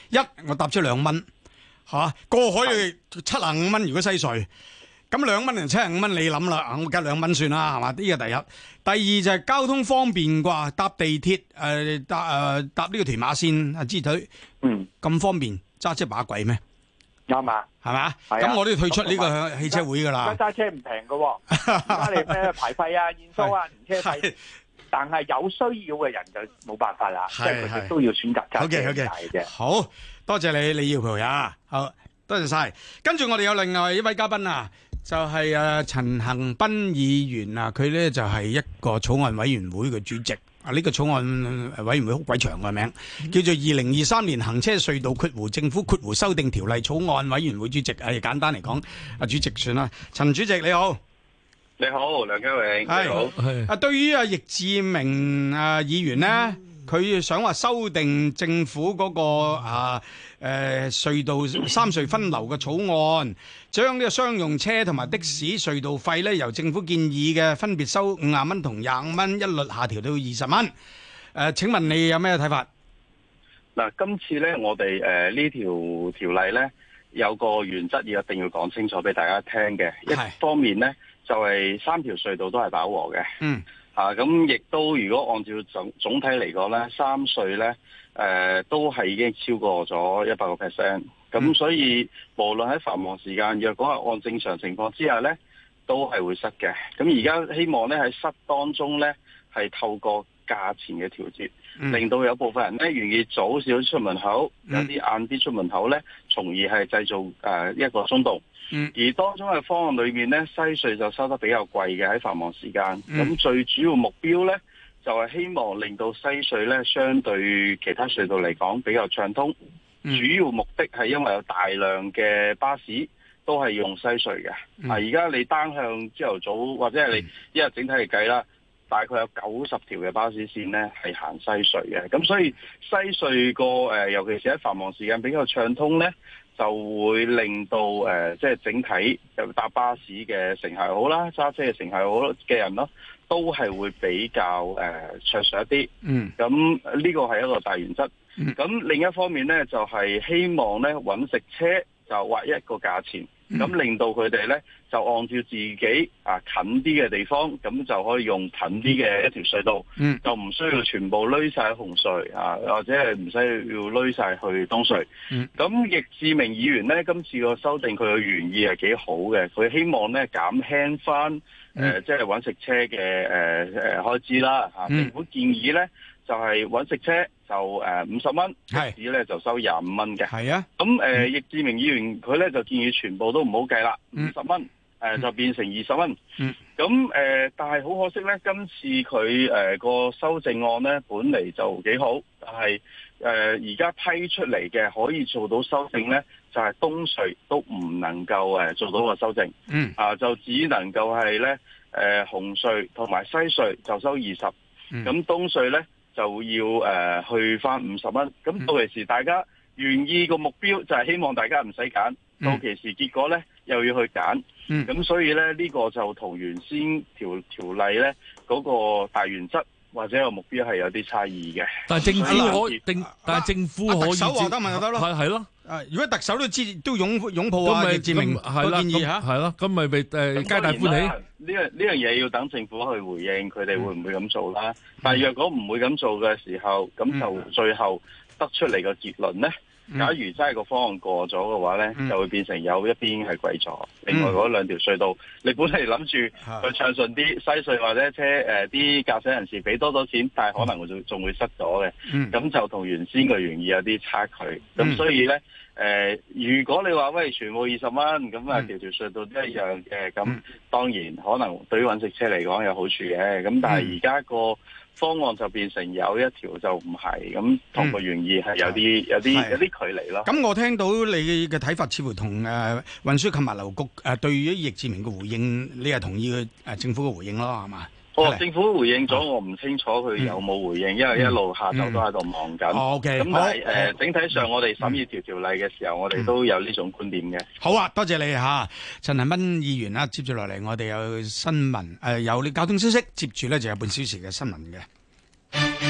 Speaker 1: 一，我搭出兩蚊，嚇、過海要七啊五蚊，如果西隧，咁兩蚊定七啊五蚊，你諗啦，啊我梗係兩蚊算啦，係嘛？呢個第一，第二就係交通方便啩，搭地鐵誒、呃搭誒、呃搭呢個屯馬線啊之類
Speaker 4: 嗯，
Speaker 1: 咁方便，揸車把鬼咩？
Speaker 4: 啱啊！
Speaker 1: 係嘛？
Speaker 4: 係啊
Speaker 1: 咁我都要退出呢個汽車會㗎
Speaker 4: 而
Speaker 1: 啦。
Speaker 4: 家揸車唔平嘅喎，而家你咩牌 費啊、驗收啊、停車費
Speaker 1: 係，
Speaker 4: 但係有需要嘅人就冇辦法啦，即
Speaker 1: 係
Speaker 4: 係佢
Speaker 1: 係
Speaker 4: 哋都要選擇揸車
Speaker 1: OK，OK
Speaker 4: 咁解啫。
Speaker 1: 好多謝你李耀培啊，好多謝晒。跟住我哋有另外一位嘉賓啊，就係誒陳恒斌議員啊，佢咧就係一個草案委員會嘅主席。啊！呢、個草案委員會好鬼長嘅名，叫做《二零二三年行車隧道括弧政府括弧修訂條例草案委員會主席》。誒，簡單嚟講，啊主席算啦。陳主席你好。
Speaker 6: 你好，梁家榮，
Speaker 1: 係
Speaker 6: 你好。
Speaker 2: 係
Speaker 1: 啊，對於啊易志明啊議員呢，佢想話修訂政府嗰、個啊誒、隧道三隧分流嘅草案，將呢個商用車同埋的士隧道費呢，由政府建議嘅分別收五廿蚊同廿五蚊，一律下調到二十蚊。誒、請問你有咩睇法？
Speaker 6: 嗱，今次咧，我哋誒呢條條例咧，有個原則要一定要講清楚俾大家聽嘅。一
Speaker 1: 係
Speaker 6: 方面咧，就係、三條隧道都係飽和嘅。
Speaker 1: 嗯，
Speaker 6: 啊，咁亦都如果按照總總體嚟講咧，三隧咧，誒、都係已經超過咗一百個 percent。
Speaker 1: 嗯
Speaker 6: 咁所以無論喺繁忙時間，若果係按正常情況之下咧，都係會塞嘅。咁而家希望咧喺塞當中咧，係透過價錢嘅調節。
Speaker 1: 嗯
Speaker 6: 令到有部分人咧願意早少出門口，有
Speaker 1: 嗯
Speaker 6: 啲晏啲出門口咧，從而係製造誒、呃一個鬆動。
Speaker 1: 嗯
Speaker 6: 而當中嘅方案裏面咧，西隧就收得比較貴嘅喺繁忙時間。咁、
Speaker 1: 嗯
Speaker 6: 最主要目標咧，就係、希望令到西隧咧相對其他隧道嚟講比較暢通。
Speaker 1: 嗯
Speaker 6: 主要目的係因為有大量嘅巴士都係用西隧嘅。
Speaker 1: 嗯
Speaker 6: 啊，而家你單向朝頭早或者係你一日整體嚟計啦，大概有九十條嘅巴士線咧係行西隧嘅。咁所以西隧個誒、呃尤其是喺繁忙時間比較暢通咧，就會令到誒、呃即係整體就搭巴士嘅乘客又好啦，揸車嘅乘客又好嘅人咯，都係會比較誒著數一啲。
Speaker 1: 嗯
Speaker 6: 咁呢個係一個大原則
Speaker 1: 嗯。
Speaker 6: 咁另一方面呢，就係、希望呢揾食車就劃一個價錢，咁令到佢哋呢就按照自己啊近啲嘅地方，咁就可以用近啲嘅一條隧道，
Speaker 1: 嗯
Speaker 6: 就唔需要全部攏晒紅隧啊，或者係唔需要攏晒去東隧。
Speaker 1: 嗯
Speaker 6: 咁易志明議員呢，今次個修訂佢嘅原意係幾好嘅，佢希望呢減輕翻誒即係呃揾食車嘅誒誒開支啦嚇。
Speaker 1: 嗯
Speaker 6: 政府建議呢。就係揾食車呃
Speaker 4: 就誒五十蚊，
Speaker 1: 係
Speaker 4: 的士咧就收廿五蚊嘅。
Speaker 1: 係啊，
Speaker 4: 咁誒、呃易志明議員佢咧就建議全部都唔好計啦，五
Speaker 1: 嗯
Speaker 4: 十蚊誒就變成二十蚊。
Speaker 1: 嗯
Speaker 4: 咁誒、呃但係好可惜咧，今次佢誒個修正案咧，本嚟就幾好，但係誒而家批出嚟嘅可以做到修正咧，就係、東隧都唔能夠誒、呃做到個修正。
Speaker 1: 嗯
Speaker 4: 啊，就只能夠係咧誒紅隧同埋西隧就收二十，
Speaker 1: 嗯
Speaker 4: 咁東隧咧就要誒、呃去翻五十蚊。
Speaker 1: 嗯
Speaker 4: 咁到期時大家願意個目標就係希望大家唔使揀，
Speaker 1: 嗯
Speaker 4: 到期時結果咧又要去揀。
Speaker 1: 嗯
Speaker 4: 咁所以咧呢、呢個就同原先條條例咧嗰、個大原則或者個目標係有啲差異嘅。
Speaker 2: 但係政
Speaker 4: 嗱
Speaker 2: 府可以定，但係政府可以
Speaker 1: 特首話
Speaker 2: 接
Speaker 1: 得咪就得咯
Speaker 2: 係係咯，
Speaker 1: 啊如果特首都支都擁擁抱
Speaker 2: 咁
Speaker 1: 啊
Speaker 2: 咪
Speaker 1: 易志明
Speaker 2: 咁係
Speaker 1: 個
Speaker 2: 啦，
Speaker 1: 建議
Speaker 2: 咁
Speaker 1: 嚇，
Speaker 2: 係啦，咁咪咪誒皆大
Speaker 4: 當
Speaker 2: 歡
Speaker 4: 然
Speaker 2: 喜
Speaker 4: 啦。呢樣呢樣嘢要等政府去回應，佢哋會唔會咁做啦？但係若果唔會咁做嘅時候，咁就最後得出嚟個結論呢。
Speaker 1: 嗯
Speaker 4: 假如真係個方案過咗嘅話呢，
Speaker 1: 嗯
Speaker 4: 就會變成有一邊係貴咗，另外嗰兩條隧道，你本嚟諗住
Speaker 1: 係
Speaker 4: 去暢順啲西隧或者車誒啲駕駛人士俾多咗錢，但係可能會仲仲會失咗嘅。
Speaker 1: 嗯
Speaker 4: 咁就同原先嘅原意有啲差距。咁、
Speaker 1: 嗯
Speaker 4: 所以咧，誒、如果你話喂全部二十蚊，咁啊
Speaker 1: 嗯
Speaker 4: 條條隧道都一樣嘅，咁、
Speaker 1: 嗯
Speaker 4: 當然可能對於揾食車嚟講有好處嘅。咁但
Speaker 1: 嗯
Speaker 4: 係而家個方案就變成有一條就唔係，咁同個原意係有啲、有
Speaker 1: 嗯係
Speaker 4: 啲有啲距離咯。
Speaker 1: 咁我聽到你嘅睇法，似乎同誒運輸及物流局誒對於易志明嘅回應，你係同意佢誒政府嘅回應咯，係嘛？
Speaker 4: 哦
Speaker 1: 係，
Speaker 4: 政府回應咗，
Speaker 1: 嗯
Speaker 4: 我唔清楚佢有冇回應，因為一路下晝都喺度忙緊。
Speaker 1: 哦，OK，
Speaker 4: 咁但
Speaker 1: 好嗯
Speaker 4: 係誒、呃整體上我哋審議條條例嘅時候，我哋都有呢種觀點嘅。
Speaker 1: 好啊，多謝你嚇，陳恒斌議員啊啦。接住落呃嚟，我哋有新聞誒、有啲交通消息，接住咧就有半小時嘅新聞嘅。